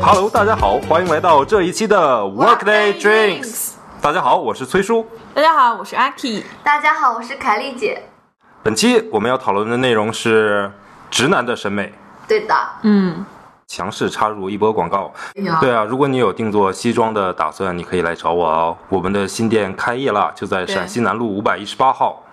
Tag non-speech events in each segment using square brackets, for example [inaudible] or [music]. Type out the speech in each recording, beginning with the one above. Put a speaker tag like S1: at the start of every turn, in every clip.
S1: Hello，大家好，欢迎来到这一期的 Workday Drinks。大家好，我是崔叔。
S2: 大家好，我是阿 K。
S3: 大家好，我是凯丽姐。
S1: 本期我们要讨论的内容是直男的审美。
S3: 对的，
S2: 嗯，
S1: 强势插入一波广告。
S3: 哎呀
S1: 对啊，如果你有定做西装的打算，你可以来找我哦。我们的新店开业了，就在
S2: 对
S1: 陕西南路五百一十八号。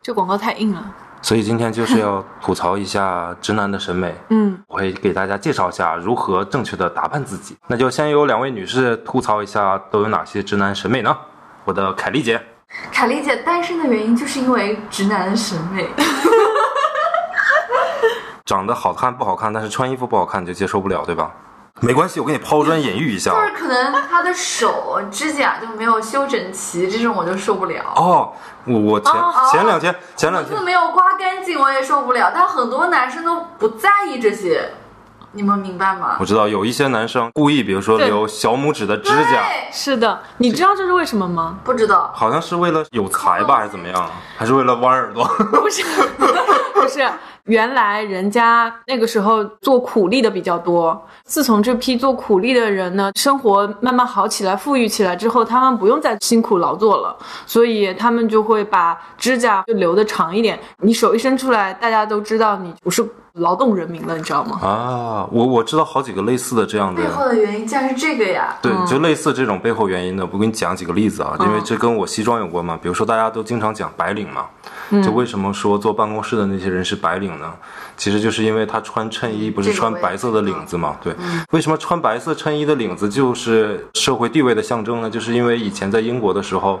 S2: 这广告太硬了。
S1: 所以今天就是要吐槽一下直男的审美。
S2: 嗯，
S1: 我会给大家介绍一下如何正确的打扮自己。那就先由两位女士吐槽一下都有哪些直男审美呢？我的凯丽姐，
S3: 凯丽姐单身的原因就是因为直男审
S1: [laughs]
S3: 美。
S1: 长得好看不好看，但是穿衣服不好看你就接受不了，对吧？没关系，我给你抛砖引玉一下
S3: 就
S1: 啊。
S3: 是可能他的手指甲就没有修整齐，这种我就受不了。
S1: 哦，我我前
S3: 哦
S1: 前两天前两
S3: 胡
S1: 天
S3: 子没有刮干净我也受不了，但很多男生都不在意这些，你们明白吗
S1: 我？知道有一些男生故意，比如说
S2: 对
S1: 留小拇指的指甲，
S3: 对，
S2: 是的，你知道这是为什么吗？
S3: 哎不知道，
S1: 好像是为了有才吧，还是怎么样？还是为了弯耳朵？
S2: [laughs]
S1: [laughs]
S2: 不是， [laughs] 不是，原来人家那个时候做苦力的比较多，自从这批做苦力的人呢，生活慢慢好起来、富裕起来之后，他们不用再辛苦劳作了，所以他们就会把指甲就留的长一点。你手一伸出来，大家都知道你不是劳动人民了，你知道吗？
S1: 啊，我我知道好几个类似的这样的
S3: 背后的原因竟然是这个呀！
S1: 对，就类似这种背后原因的，我给你讲几个例子啊，
S3: 嗯
S1: 因为这跟我西装有关嘛。比如说，大家都经常讲白领嘛，
S3: 嗯
S1: 就为什么说坐办公室的那些人是白领呢？其实就是因为他穿衬衣，不是
S3: 这个嗯
S1: 穿
S3: 我也
S1: 白色的领子嘛？对，为什么穿白色衬衣的领子就是社会地位的象征呢？就是因为以前在英国的时候。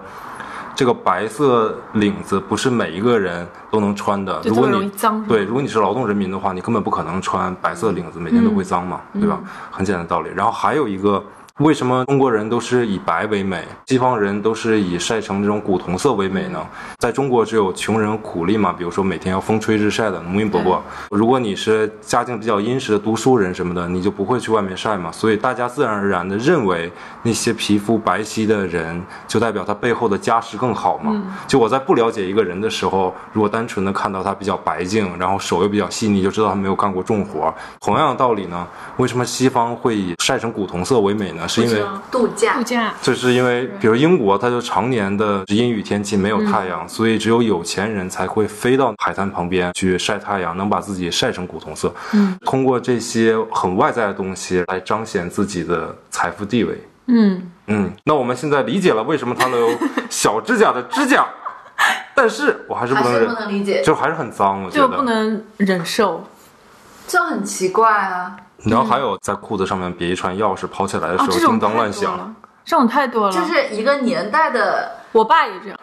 S1: 这个白色领子不是每一个人都能穿的，
S2: 就
S1: 如
S2: 特
S1: 果
S2: 别容
S1: 你
S2: 易脏是吗
S1: 对，如果你是劳动人民的话，你根本不可能穿白色领子，每天都会脏嘛，
S2: 嗯
S1: 对吧？很简单的道理。然后还有一个，为什么中国人都是以白为美，西方人都是以晒成这种古铜色为美呢？在中国只有穷人苦力嘛，比如说每天要风吹日晒的农民伯伯。如果你是家境比较殷实的读书人什么的，你就不会去外面晒嘛，所以大家自然而然的认为那些皮肤白皙的人，就代表他背后的家世更好嘛。就我在不了解一个人的时候，如果单纯的看到他比较白净，然后手又比较细腻，就知道他没有干过重活。同样的道理呢，为什么西方会以晒成古铜色为美呢？是因为
S3: 度假
S2: 度假，
S1: 这是因为，
S2: 嗯
S1: 比如英国，它就常年的阴雨天气没有太
S2: 嗯
S1: 阳，所以只有有钱人才会飞到海滩旁边去晒太阳，能把自己晒成古铜色。
S2: 嗯，
S1: 通过这些很外在的东西来彰显自己的财富地位。
S2: 嗯，
S1: 嗯，那我们现在理解了为什么他能有小指甲的指甲，
S2: [laughs]
S1: 但是我还是不
S3: 还
S1: 能
S3: 是
S1: 忍
S3: 不，能理解，
S1: 就还是很脏，我觉
S2: 就
S1: 得
S2: 不能忍受。
S3: 就很奇怪啊。
S1: 然后还有在裤子上面别一串钥匙，跑起来的时
S2: 嗯啊，
S1: 候
S2: 这
S1: 叮
S2: 种
S1: 当
S2: 太
S1: 乱
S2: 多
S1: 响。
S2: 了，这种太
S1: 嗯
S2: 多了。
S3: 这是一个年代的，
S2: 我爸也这样，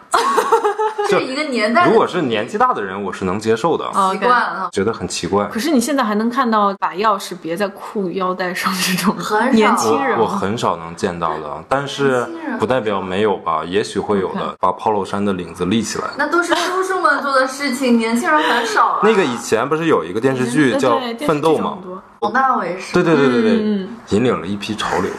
S3: 这是一个年代
S1: 如
S3: 的
S1: 果是年纪大的人，我是能接受的，
S2: 啊
S3: 习惯啊，
S1: 觉得很奇怪。
S2: 可是你现在还能看到把钥匙别在裤腰带上这种
S3: 很少
S2: 年轻人
S1: 呃我我
S2: 吗？
S1: 很少能见到的，但是
S3: 年轻人
S1: 不代表没有吧，也许会有的。把 polo 衫的领子立起来，
S3: 那都是叔叔们做的事情，年轻人很少了。啊
S1: 那个以前不是有一个电视剧
S2: 对
S1: 叫
S2: 对电视
S1: 《
S2: 剧
S1: 奋斗》
S2: 这种
S1: 吗
S2: 很？多
S3: 佟大为哎是
S1: 对对对对对，
S2: 嗯
S1: 引领了一批潮流。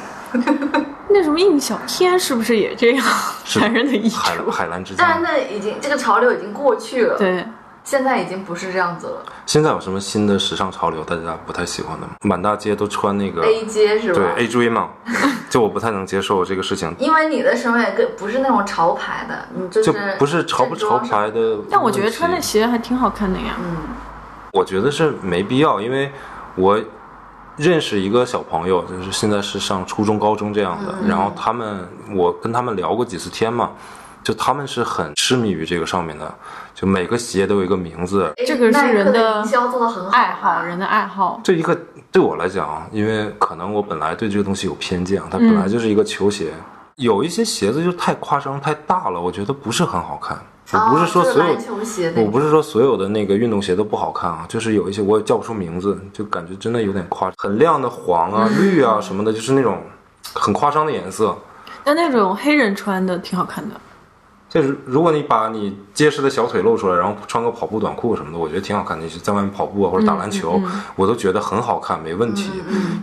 S2: 那什么应小天是不是也这样？
S1: 是
S2: 男人的衣
S1: 海
S2: 橱，
S1: 海澜之
S3: 但是
S1: 家，
S3: 那已经这个潮流已经过去了，
S2: 对，
S3: 现在已经不是这样子了。
S1: 现在有什么新的时尚潮流大家不太喜欢的吗？满大街都穿那个
S3: A 街是吧？
S1: 啊对 A 锥嘛， [laughs] 就我不太能接受这个事情，
S3: 因为你的审美跟不是那种潮牌的，你就
S1: 就是不是潮不潮
S3: 正装上，
S1: 牌的问题。
S2: 但我觉得穿那鞋还挺好看的呀。
S3: 嗯，
S1: 我觉得是没必要，因为我认识一个小朋友，就是现在是上初中、高中这样的，
S3: 嗯
S1: 然后他们我跟他们聊过几次天嘛，就他们是很痴迷于这个上面的，就每个鞋都有一个名字。
S3: 哎
S2: 这个是
S3: 耐克
S2: 人的
S3: 的营销做的很好啊，
S2: 爱好，人的爱好，
S1: 这一个对我来讲啊，因为可能我本来对这个东西有偏见，啊它本
S3: 嗯
S1: 来就是一个球鞋，有一些鞋子就太夸张、太大了，我觉得不是很好看。我不是说
S3: 哦就
S1: 所有
S3: 篮球鞋那
S1: 我
S3: 种，
S1: 不是说所有的那个运动鞋都不好看啊，就是有一些我也叫不出名字，就感觉真的有点夸张，很亮的黄啊、绿啊什么的，就是那种很夸张的颜色。
S2: 但那种黑人穿的挺好看的。
S1: 就是如果你把你结实的小腿露出来，然后穿个跑步短裤什么的，我觉得挺好看的。你去在外面跑步啊，或者打篮
S3: 嗯
S1: 球，我都觉得很好看，没问题。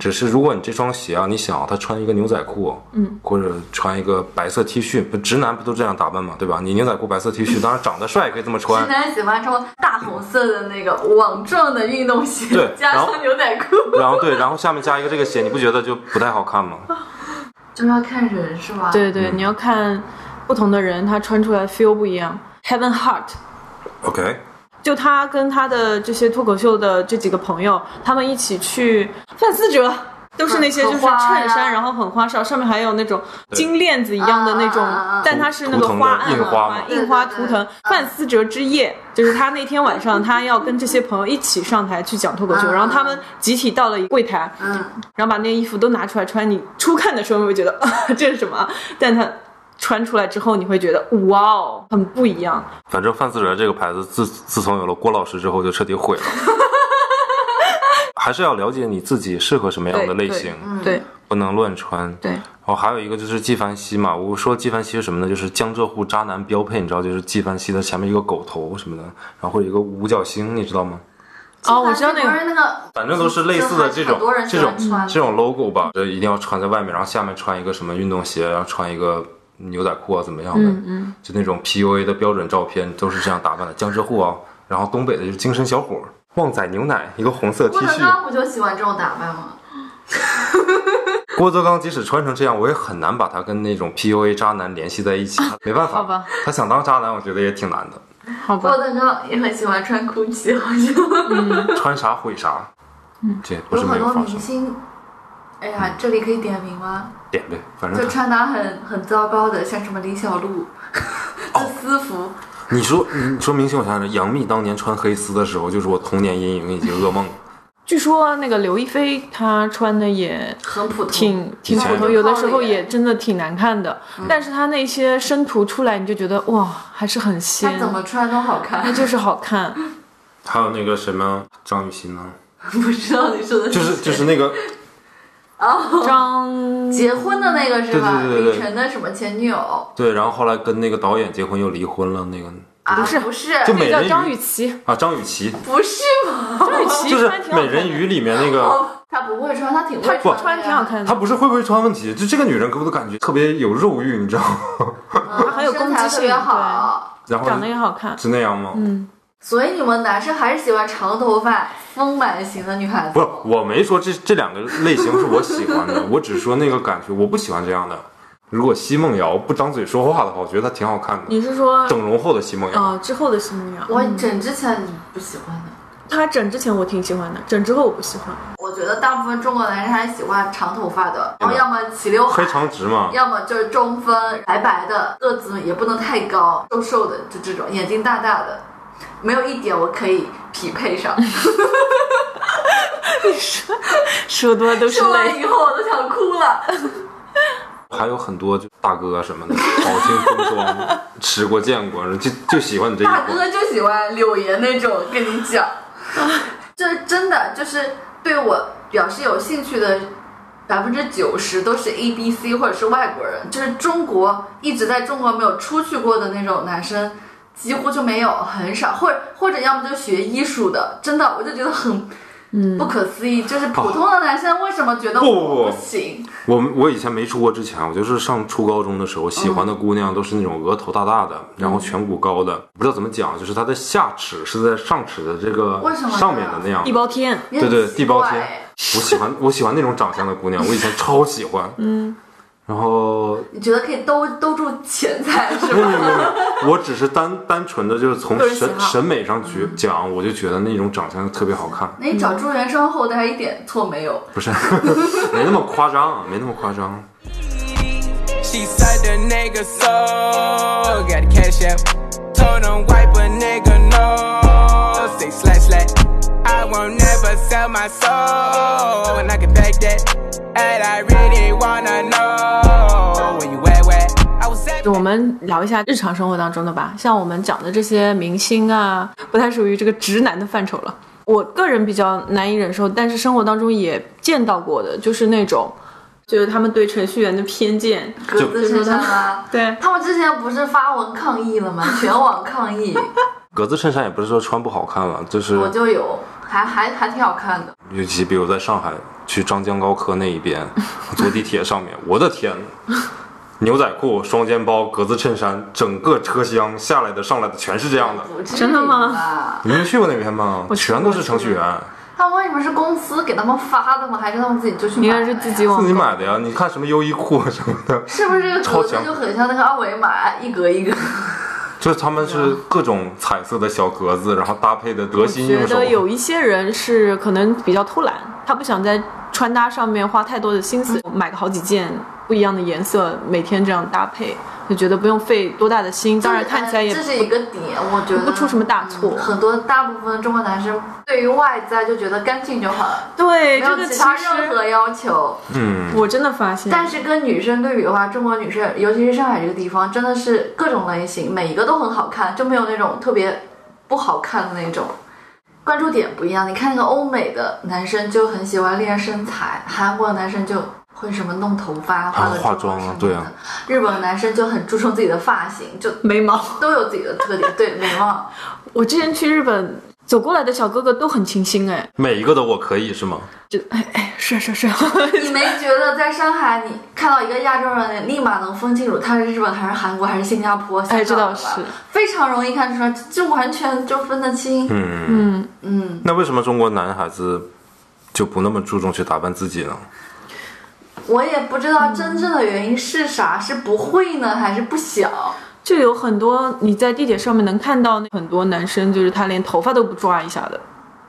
S1: 只是如果你这双鞋啊，你想啊他穿一个牛仔裤，嗯，或者穿一个白色 T 恤，不直男不都这样打扮嘛，对吧？你牛仔裤、白色 T 恤，当然长得帅也可以这么穿
S3: 直，男喜欢穿大红色的那个网状的运动鞋，
S1: 对
S3: 加
S1: 然后
S3: 上牛仔裤，
S1: 然后对，然后下面加一个这个鞋，你不觉得就不太好看吗？
S3: 就是要看人是吧？，
S2: 对
S1: 嗯
S2: 对，你要看不同的人，他穿出来 feel 不一样。Heaven Heart，
S1: OK，
S2: 就他跟他的这些脱口秀的这几个朋友，他们一起去范思哲。都是那些就是
S3: 很花呀
S2: 衬衫，然后很啊花哨，上面还有那种金链子一样的那种
S3: 啊啊啊啊，
S2: 但它是那个
S1: 图腾的
S2: 花案
S1: 印花嘛
S2: 印花
S3: 对
S2: 图
S3: 对对
S2: 腾。范思哲之夜，就是他那天晚上，他要跟这些朋友一起上台去讲脱口秀，
S3: 啊
S2: 然后他们集体到了柜台，
S3: 嗯，
S2: 然后把那些衣服都拿出来穿，你初看的时候你会觉得、啊、这是什么啊，但它穿出来之后，你会觉得哇哦，很不一样。
S1: 反正范思哲这个牌子自自从有了郭老师之后就彻底毁了。还是要了解你自己适合什么样的类型，
S3: 嗯
S2: 对嗯
S1: 不能乱穿。
S2: 对，
S1: 然后还有一个就是纪梵希嘛，我说纪梵希是什么呢？就是江浙沪渣男标配，你知道，就是纪梵希的前面一个狗头什么的，然后或者一个五角星，你知道吗？
S2: 哦，我知道那
S3: 不是
S2: 个，
S3: 那个，
S1: 反正都是类似的这种
S3: 很多人喜
S1: 这种
S3: 欢穿
S1: 这种 logo 吧，这一定要穿在外面，然后下面穿一个什么运动鞋，然后穿一个牛仔裤啊，怎么样的？嗯，就那种 PUA 的标准照片都是这样打扮的，江浙沪啊，然后东北的就是精神小伙儿，旺仔牛奶，一个红色 T
S3: 郭德
S1: 恤。
S3: 纲不就喜欢这种打扮吗？
S1: 郭德纲即使穿成这样，我也很难把他跟那种 PUA 渣男联系在
S3: [laughs]
S1: 一起，没办法，
S2: 好吧
S1: 他想当渣男，我觉得也挺难的，
S2: 好吧
S3: 郭，德纲也很喜欢穿 GUCCI，好像
S1: 穿啥毁啥，嗯，这不
S3: 有
S1: 是没
S3: 很
S1: 有
S3: 多
S1: 发
S3: 明
S1: 生，
S3: 星。哎呀，这里可以点名吗？
S1: 点呗，反正
S3: 就穿搭很很糟糕的，像什么李小璐
S1: 哦
S3: 的 [laughs] 私服，
S1: 你说你说明星，我想想，杨幂当年穿黑丝的时候，就是我童年阴影以及噩梦。
S2: 据说那个刘亦菲她穿的也
S3: 很普通。
S2: 挺挺普通，
S1: 以前
S2: 有的时候也
S3: 靠
S2: 真的挺难看的，但是她那些生图出来，你就觉得哇，还是很
S3: 他
S2: 仙，
S3: 怎么穿都好
S2: 那 [laughs]
S3: 看，
S2: 就是好看。
S1: [laughs] 还有那个什么张雨欣呢，
S3: 不知道你说的
S1: 就是
S3: 谁
S1: 就是那个
S3: 哦，
S2: 张
S3: 结婚的那个是吧？
S1: 对对对对对
S3: 李晨的什么前女友
S1: 对，然后后来跟那个导演结婚又离婚了，那个
S3: 啊？
S2: 不是
S3: 不是
S1: 就美
S2: 那叫
S1: 人鱼
S2: 张雨绮，
S1: 啊张雨绮，
S3: 不是吗？
S2: 张雨绮
S1: 就是
S2: 穿挺好
S1: 美
S2: 看
S1: 人
S2: 的。
S1: 鱼里面那个，
S3: 哦，他不会穿，他挺会穿，
S2: 穿挺好。看的，
S1: 她不是会不会穿问题，就这个女人给我的感觉特别有肉欲，你知道吗？
S3: 嗯，
S2: 很有攻击性
S3: 身材特别好。
S1: 然后
S2: 长得也嗯好看。
S1: 是那样吗？
S3: 所以你们男生还是喜欢长头发、丰满型的女孩子
S1: 不是，我没说这这两个类型是我喜欢的，我只说那个感觉我不喜欢这样的。如果奚梦瑶不张嘴说话的话，我觉得她挺好看的。
S2: 你是说
S1: 整容后的奚梦瑶，
S2: 哦，之后的新女啊，
S3: 我整之前不喜欢的。
S2: 她整之前我挺喜欢的，整之后我不喜欢。
S3: 我觉得大部分中国男生还是喜欢长头发的，然后
S1: 嗯
S3: 要么齐刘
S1: 黑
S3: 海，
S1: 长直嘛，
S3: 要么就是中分，白白的，个子也不能太高，瘦瘦的，就这种，眼睛大大的，没有一点我可以匹配上。
S2: 说多都是
S3: 说完
S2: 泪。
S3: 以后我都想哭了。
S1: 还有很多就大哥啊什么的，饱经风霜，吃过见过，就就喜欢你这一
S3: 大
S1: 款。
S3: 哥就喜欢柳岩那种，跟你讲，这真的就是对我表示有兴趣的。百分之九十都是 A B C 或者是外国人，就是中国一直在中国没有出去过的那种男生，几乎就没有，很少，或者或者要么就学艺术的，真的我就觉得很，不可思议，就是普通的男生为什么觉得
S1: 不不
S3: 我
S1: 不
S3: 行？
S1: 我我以前没出国之前，我就是上初高中的时候，喜欢的姑娘都是那种额头大大的，
S3: 嗯
S1: 然后颧骨高的，不知道怎么讲，就是她的下齿是在上齿的这个
S3: 为什么呢
S1: 上面的那样
S2: 地。包天，
S3: 你
S1: 对
S3: 很
S1: 对，
S3: 奇
S1: 地包
S3: 怪
S1: 天，我喜欢我喜欢那种长相的姑娘，我以前超喜欢。嗯，然后
S3: 你觉得可以兜兜住钱财是
S1: 没有没有
S3: 吧？
S1: 没有，我只是单单纯的就是从
S2: 个人喜
S1: 审
S2: 好
S1: 审美上去讲，我就觉得那种长相特别好看。
S3: 那你找朱元璋后代一点错没有。
S1: 不是， [laughs] 没那么夸张啊，没那么夸张。
S4: She said the nigga so got the cash out. Told him wipe a nigga no. Say slash slash. I won't never sell my soul, and I can back that. And I really wanna know where you at, where I was at.
S2: 就我们聊一下日常生活当中的吧。像我们讲的这些明星啊，不太属于这个直男的范畴了。我个人比较难以忍受，但是生活当中也见到过的，就是那种就是他们对程序员的偏见。
S3: 格子衬衫啊，
S2: 对，
S3: 他们之前不是发文抗议
S2: [laughs]
S3: 了吗？全网抗议，
S1: 格子衬衫也不是说穿不好看了，就是
S3: 我就有，还还还挺好看的。
S1: 尤其比如在上海去张江高科那一边， [laughs] 坐地铁上面，我的天，牛仔裤、双肩包、格子衬衫，整个车厢下来的、上来的全是这样的。
S3: 不至于
S2: 真的吗
S3: 吧？
S1: 你们去过那边吗？
S2: 我去过
S1: 全都是程序员，
S3: 他们为什么是公司给他们发的吗？还是他们自己就去买
S2: 应
S3: 的呀？
S2: 该是自己网
S1: 自己
S2: 购
S1: 买的呀。你看什么优衣库什么的，
S3: 是不是这个
S1: 超
S3: 格子
S1: 强
S3: 就很像那个二维码，一格一格？
S1: 就是他们是各种彩色的小格子，然后搭配的得
S2: 我
S1: 心
S2: 觉
S1: 应手
S2: 得。有一些人是可能比较偷懒，他不想在穿搭上面花太多的心思，买个好几件不一样的颜色，每天这样搭配，就觉得不用费多大的心。当然看起来也
S3: 这是一个点，我觉得
S2: 不出什么大错
S3: 嗯很多大部分中国男生对于外在就觉得干净就好了，
S2: 对哎
S3: 没
S2: 这
S3: 有
S2: 个
S3: 其
S2: 其
S3: 他任
S2: 实
S3: 何要求。
S1: 嗯，
S2: 我真的发现，
S3: 但是跟女生对比的话，中国女生，尤其是上海这个地方，真的是各种类型，每一个都很好看，就没有那种特别不好看的那种。关注点不一样，你看那个欧美的男生就很喜欢练身材，韩国的男生就会什么弄头发、化个
S1: 化妆啊
S3: 什么的
S1: 对啊
S3: 日本的男生就很注重自己的发型，就
S2: 眉毛，
S3: 都有自己的
S1: [laughs]
S3: 特点。对眉毛，
S2: 我之前去日本走过来的小哥哥都很清新，哎，
S1: 每一个都我可以是吗？
S2: 就哎哎是是是，
S3: 你没觉得在上海你看到一个亚洲人，你立马能分清楚他是日本还是韩国还是新加坡？
S2: 哎这倒
S3: 香港的吧
S2: 是
S3: 非常容易看出来，这完全就分得清。
S1: 嗯，
S2: 嗯，
S3: 嗯，
S1: 那为什么中国男孩子就不那么注重去打扮自己呢？
S3: 我也不知道真正的原因是啥，是不会呢，还是不想？
S2: [laughs] 就有很多你在地铁上面能看到那很多男生，就是他连头发都不抓一下的，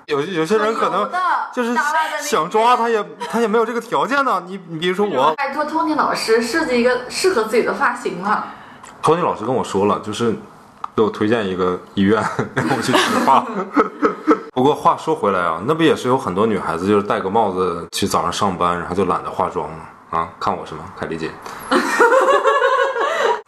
S1: 有些有些人可
S3: 有
S1: 能
S3: 的
S1: 就是
S3: 打扮得那
S1: 想抓他也他也没有这个条件呢。你你比如说我
S3: 拜托 Tony 老师设计一个适合自己的发型嘛。
S1: ，Tony 老师跟我说了，就是给我推荐一个医院 [laughs] 让我去植发。 [laughs] 不过话说回来啊，那不也是有很多女孩子就是戴个帽子去早上上班，然后就懒得化妆吗？啊，看我什么？凯丽姐。 [laughs]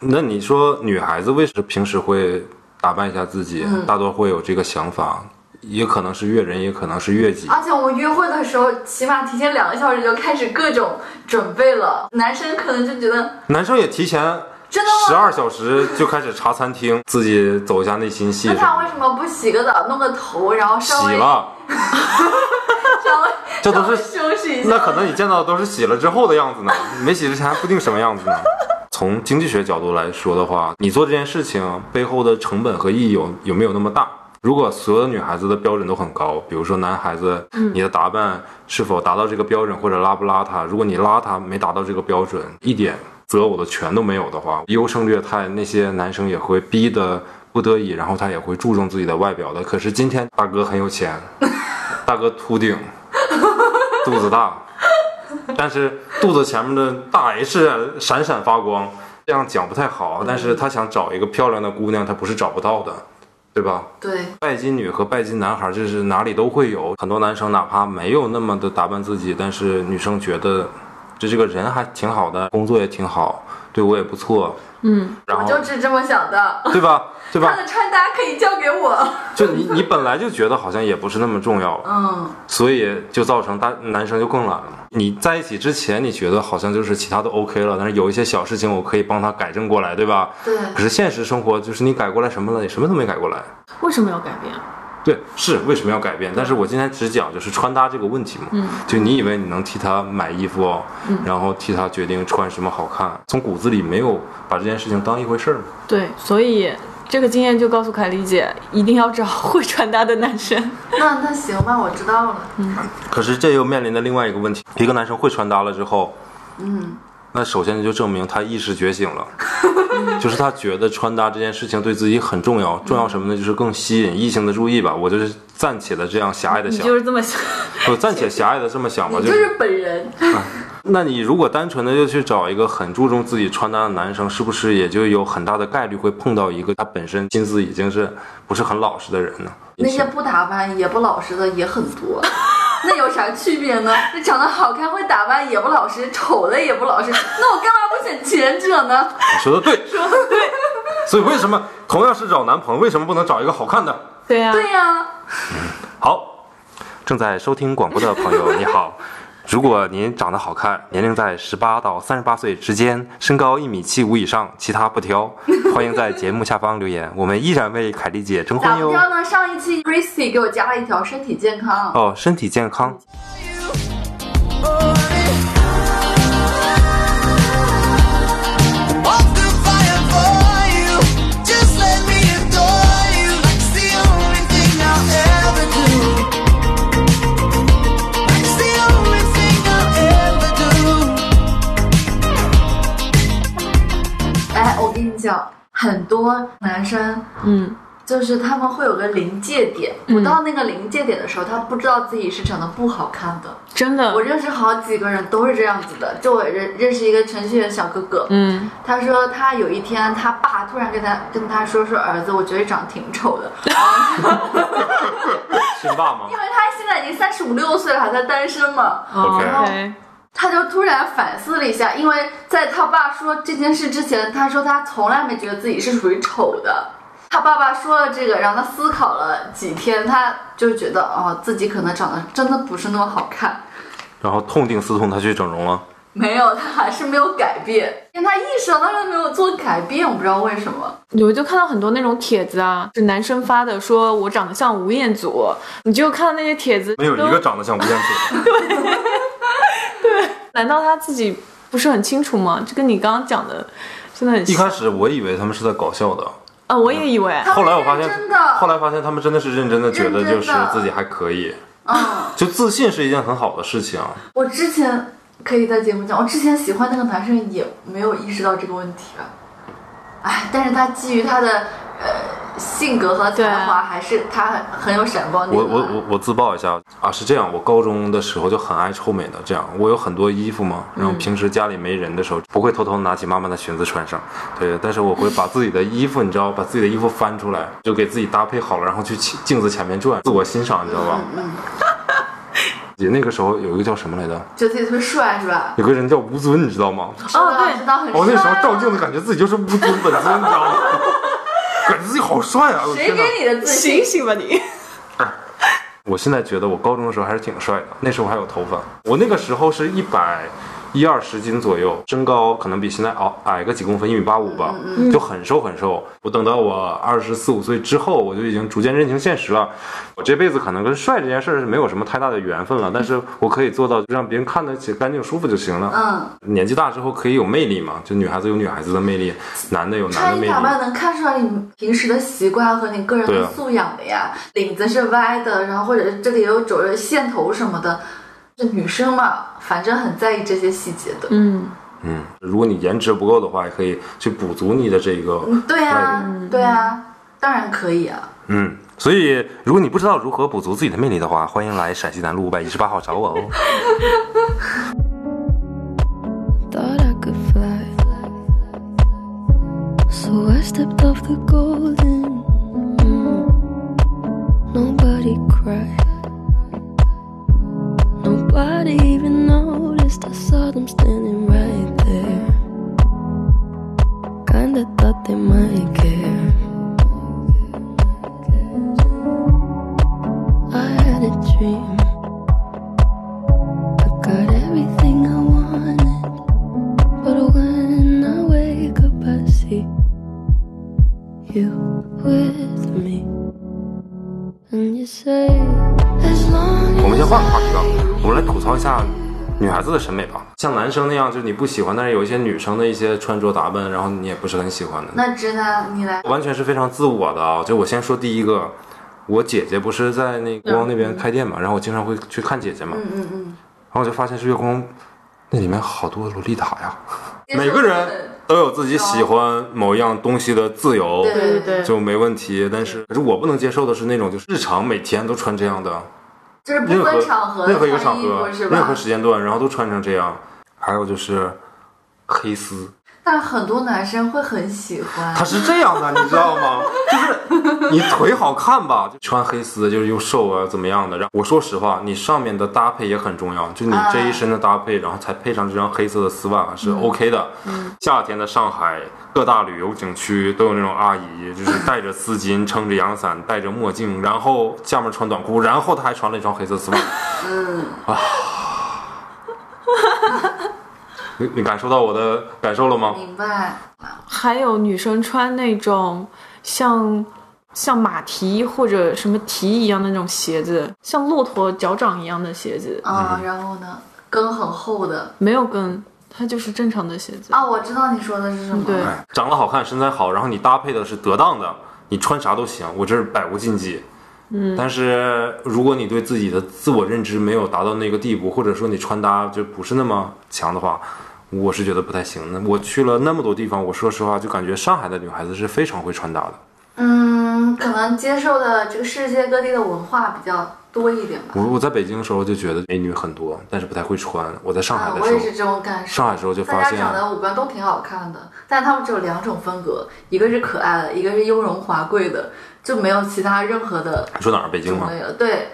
S1: 那你说女孩子为什么平时会打扮一下自己，
S3: 嗯
S1: 大多会有这个想法？也可能是阅人，也可能是悦己。
S3: 而且我们约会的时候，起码提前两个小时就开始各种准备了。男生可能就觉得
S1: 男生也提前
S3: 真的吗
S1: 十二小时就开始查餐厅，自己走一下内心戏
S3: 那
S1: 什
S3: 他
S1: 么
S3: 为
S1: 的。
S3: 什么不洗个澡，弄个头，然后稍
S1: 洗
S3: 微
S1: 了，
S3: 稍微
S1: 这都是
S3: 稍微休息一下？
S1: 那可能你见到的都是洗了之后的样子呢，没洗之前还不定什么样子呢。 [laughs] 从经济学角度来说的话，你做这件事情背后的成本和意义有有没有那么大？如果所有女孩子的标准都很高，比如说男孩子，你的打扮是否达到这个标准，或者邋不邋遢？如果你邋遢没达到这个标准，一点择偶的权都没有的话，优胜劣汰，那些男生也会逼得不得已，然后他也会注重自己的外表的。可是今天大哥很有钱，大哥秃顶，肚子大，但是肚子前面的大 H 闪闪发光，这样讲不太好。但是他想找一个漂亮的姑娘，他不是找不到的，对吧？
S3: 对，
S1: 拜金女和拜金男孩，这是哪里都会有。很多男生哪怕没有那么的打扮自己，但是女生觉得这这个人还挺好的，工作也挺好，对我也不错，嗯，然
S3: 我
S1: 后
S3: 就是这么想的。 [laughs]
S1: 对吧？对
S3: 他
S1: 吧
S3: 的？穿搭可以交给我。
S1: 就你你本来就觉得好像也不是那么重要了，
S3: 嗯，
S1: 所以就造成大男生就更懒了。你在一起之前，你觉得好像就是其他都 OK 了，但是有一些小事情我可以帮他改正过来，对吧？
S3: 对
S1: 可是现实生活就是你改过来什么了，你什么都没改过来。
S2: 为什么要改变？啊
S1: 对，是为什么要改变？但是我今天只讲就是穿搭这个问题嘛。嗯，就你以为你能替他买衣服哦，然后替他决定穿什么好看，从骨子里没有把这件事情当一回事儿嘛。
S2: 对，所以这个经验就告诉凯丽姐，一定要找会穿搭的男生。
S3: 那那行吧，我知道了。
S1: 可是这又面临的另外一个问题，一个男生会穿搭了之后，嗯，那首先就证明他意识觉醒了，
S3: [laughs]
S1: 就是他觉得穿搭这件事情对自己很重要，重要什么呢？就是更吸引异性的注意吧。我就是暂且的这样狭隘的
S2: 你
S1: 想，
S2: 就是这么想，
S1: 我暂且狭隘的这么想吧，
S3: 你
S1: 就
S3: 就是是本人，
S1: 那你如果单纯的就去找一个很注重自己穿搭的男生，是不是也就有很大的概率会碰到一个他本身心思已经是不是很老实的人呢？
S3: 那些不打扮也不老实的也很多， [laughs] 那有啥区别呢？那长得好看会打扮也不老实，丑的也不老实， [laughs] 那我干嘛不选前者呢？
S1: 你说的对，说的对。所以为什么同样是找男朋友，为什么不能找一个好看的？
S2: [laughs] 对呀、啊
S3: 对呀、
S1: 好，正在收听广播的朋友，你好，如果您长得好看，年龄在十八到三十八岁之间，身高一米七五以上，其他不挑，欢迎在节目下方留言，我们依然为凯丽姐征
S3: 咋
S1: 婚哟。
S3: 不着呢？上一期 Christy 给我加了一条身体健康，
S1: 哦，身体健康，
S5: I'll ever do.
S3: 哎，我跟你讲，很多男生
S2: 嗯，
S3: 就是他们会有个临界点，不到那个临界点的时候，他不知道自己是长得不好看的。
S2: 真的
S3: 我，认识好几个人都是这样子的，就我认认识一个程序员小哥哥，
S2: 嗯，
S3: 他说他有一天他爸突然跟他跟他说说儿子，我觉得长得挺丑的，然后
S1: 是爸吗
S3: 因为他现在已经三十五六岁了，还在单身嘛，
S2: 哦
S1: OK
S2: ，OK，
S3: 他就突然反思了一下，因为在他爸说这件事之前，他说他从来没觉得自己是属于丑的。他爸爸说了这个，让他思考了几天，他就觉得哦，自己可能长得真的不是那么好看。
S1: 然后痛定思痛，他去整容了。
S3: 没有，他还是没有改变，因为他意识到他没有做改变，我不知道为什么。
S2: 有就看到很多那种帖子啊，是男生发的，说我长得像吴彦祖，你就看到那些帖子，
S1: 没有一个长得像吴彦 [laughs] 祖的。
S2: 难道他自己不是很清楚吗？就跟你刚刚讲的，真的很
S1: 一
S2: 像。
S1: 开始我以为他们是在搞笑的，
S2: 啊，我也以为，
S3: 他
S1: 后
S3: 们
S1: 来我发现
S3: 是真的，，
S1: 后来发现他们真的是认真的，觉得就是
S3: 认真的
S1: 自己还可以，
S3: 嗯，
S1: 就自信是一件很好的事情。
S3: 我之前可以在节目讲，我之前喜欢那个男生也没有意识到这个问题啊。哎，但是他基于他的呃性格和才
S2: 对
S3: 华，还是他很很有闪光点啊
S1: 我
S3: 的。
S1: 我我我自曝一下啊，是这样，我高中的时候就很爱臭美的，这样我有很多衣服嘛，然后
S3: 嗯
S1: 平时家里没人的时候不会偷偷拿起妈妈的裙子穿上，对，但是我会把自己的衣服，你知道，把自己的衣服翻出来，就给自己搭配好了，然后去镜镜子前面转，自我欣赏，你知道吧？
S3: 嗯，
S1: [laughs] 也那个时候有一个叫什么来着，
S3: 觉得自己特别帅是吧？
S1: 有个人叫吴尊，你知道吗？
S2: 哦
S3: 知道
S2: 对
S3: 知道很
S1: [laughs]
S3: 帅、
S1: 我、
S3: 啊。
S1: 那时候照镜子，感觉自己就是吴尊本尊，你知道吗？ [laughs] 感觉自己好帅啊！我
S3: 谁
S1: 天哪！
S3: 给你的自
S2: 醒？
S3: 信
S2: 醒吧你！
S1: 我现在觉得我高中的时候还是挺帅的，那时候还有头发。我那个时候是一百一二十斤左右，身高可能比现在矮矮个几公分，一米八五
S3: 嗯
S1: 吧，就很瘦很瘦。我等到我二十四五岁之后，我就已经逐渐认清现实了，我这辈子可能跟帅这件事儿是没有什么太大的缘分了，但是我可以做到让别人看得起干净舒服就行了。
S3: 嗯，
S1: 年纪大之后可以有魅力嘛，就女孩子有女孩子的魅力，男的有男
S3: 穿
S1: 的魅
S3: 衣
S1: 力。
S3: 打扮能看出来你平时的习惯和你个人
S1: 对
S3: 的
S1: 啊
S3: 素养的呀，领子是歪的，然后或者是这里有褶儿、线头什么的。这女生嘛，反正很在意这些细节的。
S2: 嗯，
S1: 嗯，如果你颜值不够的话，也可以去补足你的这个
S3: 嗯， [laughs] 对啊，对啊，当然可以啊。
S1: 嗯，所以如果你不知道如何补足自己的魅力的话，欢迎来陕西南路五百一十八号找我
S3: [laughs]
S1: 哦。
S6: Thought I could fly. So I stepped off the golden. mm. Nobody cried. Nobody even noticed. I saw them standing right there. Kinda thought they might care. I had a dream. I got everything I wanted. But when I wake up, I see you with me. And you say, as long
S1: 我们先
S6: as
S1: 换个话
S6: I
S1: 题吧，我们来吐槽一下女孩子的审美吧。像男生那样，就是你不喜欢，但是有一些女生的一些穿着打扮，然后你也不是很喜欢的，
S3: 那直男，你来。
S1: 完全是非常自我的啊。就我先说第一个，我姐姐不是在那个光那边开店嘛，然后我经常会去看姐姐嘛，
S3: 嗯嗯嗯，
S1: 然后我就发现是月光那里面好多洛丽塔呀，
S3: 接受
S1: 每个人都有自己喜欢某一样东西的自由。
S3: 对
S2: 对对对，
S1: 就没问题。但是，可是我不能接受的是那种就是日常每天都穿这样的，
S3: 就是
S1: 任
S3: 不
S1: 何
S3: 分场合
S1: 任何一个
S3: 穿
S1: 场
S3: 衣
S1: 合
S3: 服是、吧？
S1: 任何时间段，然后都穿成这样。还有就是黑丝，
S3: 但是很多男生会很喜欢
S1: 它。是这样的，你知道吗？就是你腿好看吧，就穿黑丝就是又瘦啊怎么样的。然后我说实话，你上面的搭配也很重要，就你这一身的搭配，然后才配上这双黑色的丝袜啊是 OK 的。夏天的上海各大旅游景区都有那种阿姨，就是带着丝巾，撑着阳伞，戴着墨镜， [laughs] 啊然后下面穿短裤，然后她还穿了一双黑色丝袜。你你感受到我的感受了吗？
S3: 明白。
S2: 还有女生穿那种像像马蹄或者什么蹄一样的那种鞋子，像骆驼脚掌一样的鞋子，
S1: 嗯
S3: 啊、然后呢，跟很厚的
S2: 没有跟，它就是正常的鞋子。
S3: 啊，我知道你说的是什么。
S2: 对
S1: 哎，长得好看，身材好，然后你搭配的是得当的，你穿啥都行，我这是百无禁忌。嗯，但是如果你对自己的自我认知没有达到那个地步，或者说你穿搭就不是那么强的话，我是觉得不太行的。我去了那么多地方，我说实话就感觉上海的女孩子是非常会穿搭的。
S3: 嗯，可能接受的这个世界各地的文化比较多一点吧。
S1: 我我在北京的时候就觉得美女很多，但是不太会穿。我在上海
S3: 啊，
S1: 的
S3: 我
S1: 时
S3: 也
S1: 候，
S3: 是这种感受。
S1: 上海时候就
S3: 大
S1: 发
S3: 家
S1: 现，
S3: 长得五官都挺好看的，但他们只有两种风格，一个是可爱的，一个是雍容华贵的，就没有其他任何的
S1: 你说哪儿？北京吗？
S3: 没有，对，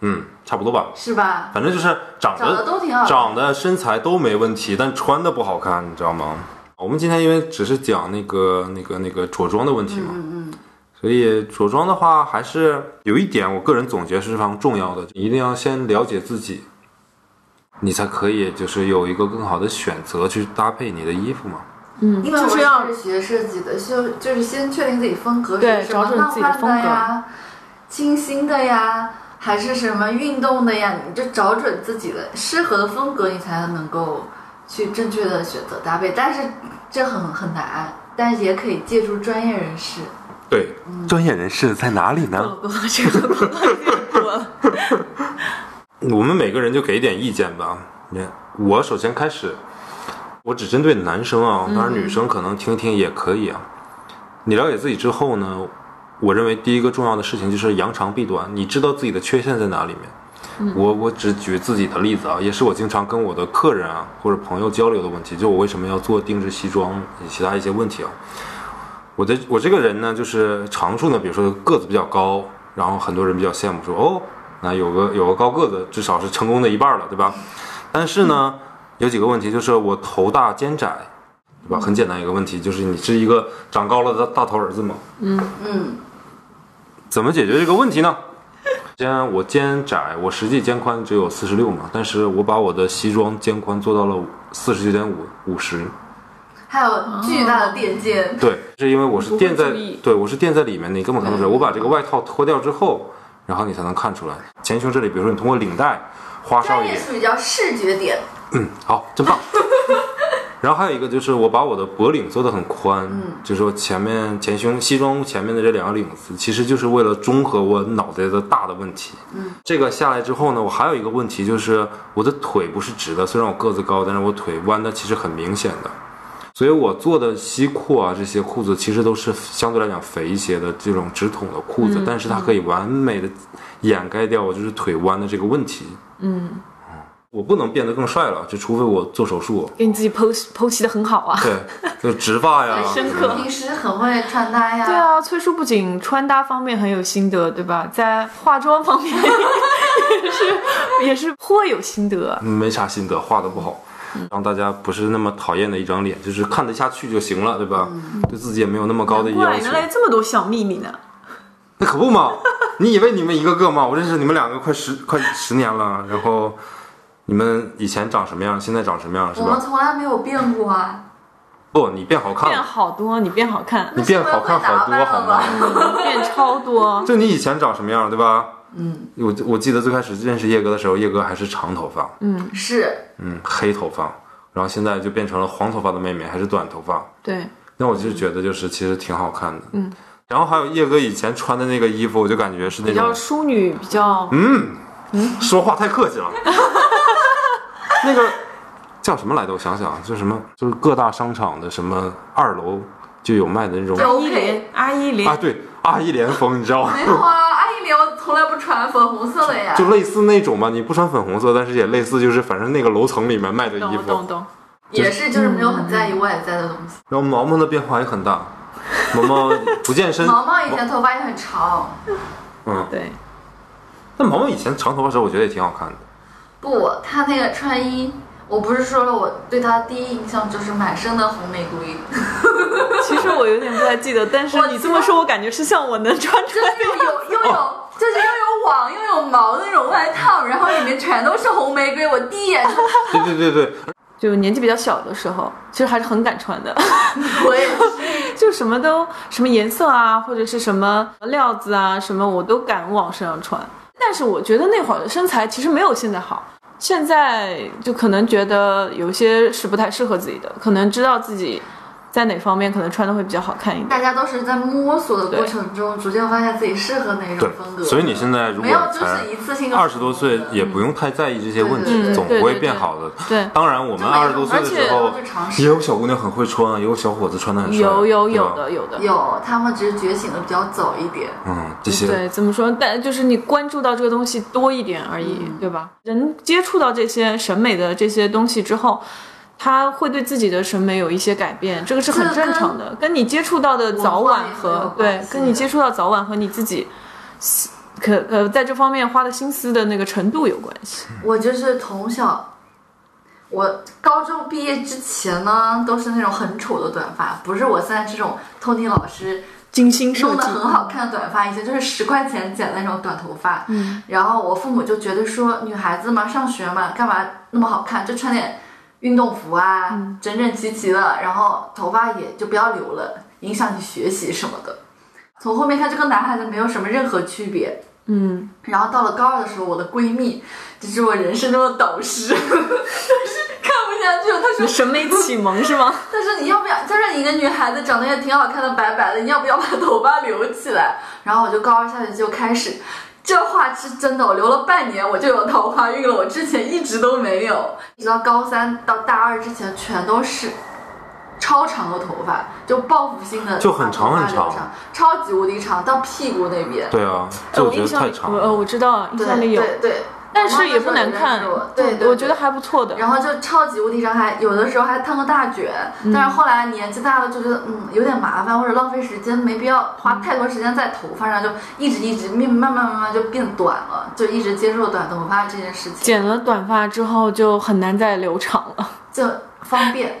S1: 嗯，差不多吧。
S3: 是吧？
S1: 反正就是长得
S3: 长得都挺好看
S1: 长得身材都没问题，但穿的不好看，你知道吗？我们今天因为只是讲那个那个那个着装的问题嘛，嗯嗯所以着装的话还是有一点，我个人总结是非常重要的，一定要先了解自己，你才可以就是有一个更好的选择去搭配你的衣服嘛。
S2: 嗯，
S3: 因为
S2: 就
S3: 我
S2: 是要
S3: 是学设计的，就就是先确定自己风格
S2: 对
S3: 是什么
S2: 找准
S3: 浪
S2: 自己的
S3: 漫
S2: 风格
S3: 的呀、清新的呀，还是什么运动的呀，你就找准自己的适合的风格，你才能够去正确的选择搭配。但是这很很难，但是也可以借助专业人士。
S1: 对，
S3: 嗯
S1: 专业人士在哪里呢？
S2: 够了这个够了这个够了。
S1: 我们每个人就给点意见吧。你我首先开始，我只针对男生啊，当然女生可能听听也可以啊。你了解自己之后呢，我认为第一个重要的事情就是扬长避短，你知道自己的缺陷在哪里面。我我只举自己的例子啊，也是我经常跟我的客人啊或者朋友交流的问题，就我为什么要做定制西装以及其他一些问题啊。我的我这个人呢，就是长处呢，比如说个子比较高，然后很多人比较羡慕说哦，那有个有个高个子，至少是成功的一半了，对吧？但是呢，有几个问题，就是我头大肩窄，对吧？很简单一个问题，就是你是一个长高了的大头儿子嘛，
S3: 嗯，
S1: 怎么解决这个问题呢？既然我肩窄，我实际肩宽只有四十六嘛，但是我把我的西装肩宽做到了四十九点五五十，
S3: 还有巨
S2: 哦
S3: 大的垫肩，
S1: 对，是因为我是垫在
S2: 不会注意，
S1: 对我是垫在里面的，你根本看不出来。我把这个外套脱掉之后，然后你才能看出来。前胸这里，比如说你通过领带花哨
S3: 专
S1: 一
S3: 业
S1: 点，
S3: 术语叫视觉点。
S1: 好，真棒。 [laughs] 然后还有一个就是我把我的脖领做得很宽，就是说前面前胸西装前面的这两个领子，其实就是为了中和我脑袋的大的问题。嗯，这个下来之后呢，我还有一个问题就是我的腿不是直的，虽然我个子高，但是我腿弯的其实很明显的。所以我做的西裤啊，这些裤子其实都是相对来讲肥一些的这种直筒的裤子，但是它可以完美的掩盖掉我就是腿弯的这个问题。
S2: 嗯，
S1: 我不能变得更帅了，就除非我做手术。
S2: 给你自己剖析剖析的很好
S1: [laughs]
S2: 啊。
S1: 对，就植发呀，
S2: 深刻
S3: 平时很会穿搭呀。
S2: 对啊，崔叔不仅穿搭方面很有心得，对吧？在化妆
S1: [laughs]
S2: 方面也是 [laughs] 也是颇有心得。
S1: 没啥心得，画的不好，
S2: 嗯
S1: 让大家不是那么讨厌的一张脸，就是看得下去就行了，对吧？对自己也没有那么高的
S2: 嗯难怪
S1: 要
S2: 原
S1: 求。
S2: 来这么多小秘密呢。
S1: 那可不嘛！你以为你们一个个嘛？我认识你们两个快十快十年了，然后你们以前长什么样，现在长什么样，是
S3: 我们
S1: 吧？
S3: 从来没有变过啊。
S1: 不，你变好看
S2: 变
S1: 了，
S2: 好多，你变好看，
S1: 啊你变好看好多，好吗？
S2: [laughs] 变超
S1: [laughs]
S2: 多。
S1: 就你以前长什么样，对吧？嗯，我我记得最开始认识叶哥的时候，叶哥还是长头
S2: 嗯
S1: 发，
S3: 是，
S1: 嗯，黑头发，然后现在就变成了黄头发的妹妹，还是短头发。
S2: 对，
S1: 那我就觉得就是其实挺好看的，嗯。然后还有叶哥以前穿的那个衣服，我就感觉是那
S2: 比较
S1: 种嗯
S2: 淑女，比较
S1: 说话太客气了。 [laughs] 那个叫什么来着？我想想，就什么，就是各大商场的什么二楼就有卖的那种
S3: 对
S2: 阿依莲，阿依
S1: 啊，
S2: 莲，
S1: 对，阿依莲风，你知道吗
S3: 没？有啊，阿姨脸我从来不穿粉红色的呀。
S1: 就类似那种吧，你不穿粉红色，但是也类似，就是反正那个楼层里面卖的衣
S2: 懂
S1: 服，
S2: 懂懂。
S3: 也是，就是没有很在意
S1: 嗯
S3: 外在的东西。
S1: 然后毛毛的变化也很大，毛毛不健身，
S3: 毛毛以前头发也很长，
S1: 嗯，
S2: 对，
S1: 但毛毛以前长头发的时候，我觉得也挺好看的。
S3: 不，他那个穿衣，我不是说了，我对他第一印象就是满身的红玫瑰，
S2: 其实我有点不太记得，但是
S3: 我
S2: 你这么说，我感觉是像我能穿出
S3: 就
S2: 来
S3: 是
S1: [laughs]
S3: 又有又有。
S1: 哦
S3: 就是又有网又有毛的那种外套，然后里面全都是红玫瑰。我第一眼就 [laughs]
S1: 对对对对，
S2: 就年纪比较小的时候，其实还是很敢
S1: [laughs]
S2: 穿的，
S3: 我也是，
S2: 就什么都什么颜色啊，或者是什么料子啊，什么我都敢往身上穿。但是我觉得那会儿的身材其实没有现在好，现在就可能觉得有些是不太适合自己的，可能知道自己在哪方面可能穿的会比较好看一点。
S3: 大家都是在摸索的过程中，逐渐发现自己适合哪种
S1: 对
S3: 风格。
S1: 所以你现在如
S3: 没有
S1: 果
S3: 就
S1: 才
S3: 是一次性就
S1: 二十多岁
S3: 好了，
S1: 也不用太在意这些问
S3: 对对
S1: 题，
S3: 对
S1: 总
S2: 对
S1: 会
S2: 对
S1: 变
S2: 对
S1: 好的。
S2: 对
S1: 当然我们
S3: 就每
S1: 二十多岁的时候
S3: 而且都是尝，试
S1: 也有小姑娘很会穿啊，也有小伙子穿的很帅啊，
S2: 有有
S1: 对吧
S2: 有的有的。
S3: 有，他们只是觉醒的比较早一点。
S1: 嗯，这些
S2: 对，怎么说？但就是你关注到这个东西多一点而已，
S3: 嗯
S2: 对吧？人接触到这些审美的这些东西之后，他会对自己的审美有一些改变，这个是很
S3: 这
S2: 正
S3: 跟
S2: 常的，跟你接触到的
S3: 文
S2: 早
S3: 化
S2: 晚
S3: 也没有
S2: 和
S3: 关
S2: 对，
S3: 系
S2: 跟你接触到早晚和你自己思可呃在这方面花的心思的那个程度有关系。
S3: [laughs] 我就是从小，我高中毕业之前呢，都是那种很丑的短发，不是我现在这种托尼老师
S2: 精心设
S3: 弄得
S2: 计，嗯
S3: 很好看的短发，以前就是十块钱剪的那种短头发。嗯，然后我父母就觉得说，女孩子嘛，上学嘛，干嘛那么好看，就穿点运动服啊，整整齐齐的，然后头发也就不要留了，影响你学习什么的。从后面看就跟男孩子没有什么任何区别。
S2: 嗯，
S3: 然后到了高二的时候，我的闺蜜就是我人生中的导师， [laughs] 但是看不下去了，她说
S2: 审美启蒙是吗？
S3: 但是你要不要？再说你一个女孩子长得也挺好看的，白白的，你要不要把头发留起来？ [laughs] 然后我就高二下学期就开始，这话是真的，我留了半年我就有桃花运了，我之前一直都没有，一直到高三到大二之前全都是。超长的头发，就报复性的
S1: 就很长很长
S3: 超级无敌长，到屁股那边。
S1: 对啊，这我
S2: 我
S1: 觉得
S2: 印象
S1: 太
S2: 里，
S1: 长
S3: 哦
S2: 呃，
S1: 了。
S2: [laughs] 我知道，印
S3: 对
S2: 象里有，
S3: 对对，
S2: 但是也不难看
S3: 我妈妈，对对对
S2: 我觉得还不错的。
S3: 然后就超级无敌长，还有的时候还烫个大卷，
S2: 嗯
S3: 但是后来年纪大了就觉得嗯有点麻烦或者浪费时间，没必要花
S2: 嗯
S3: 太多时间在头发上，就一直一直慢慢慢慢慢就变短了，就一直接受短头发这件事情，
S2: 剪了短发之后就很难再留长了。
S3: 就方便。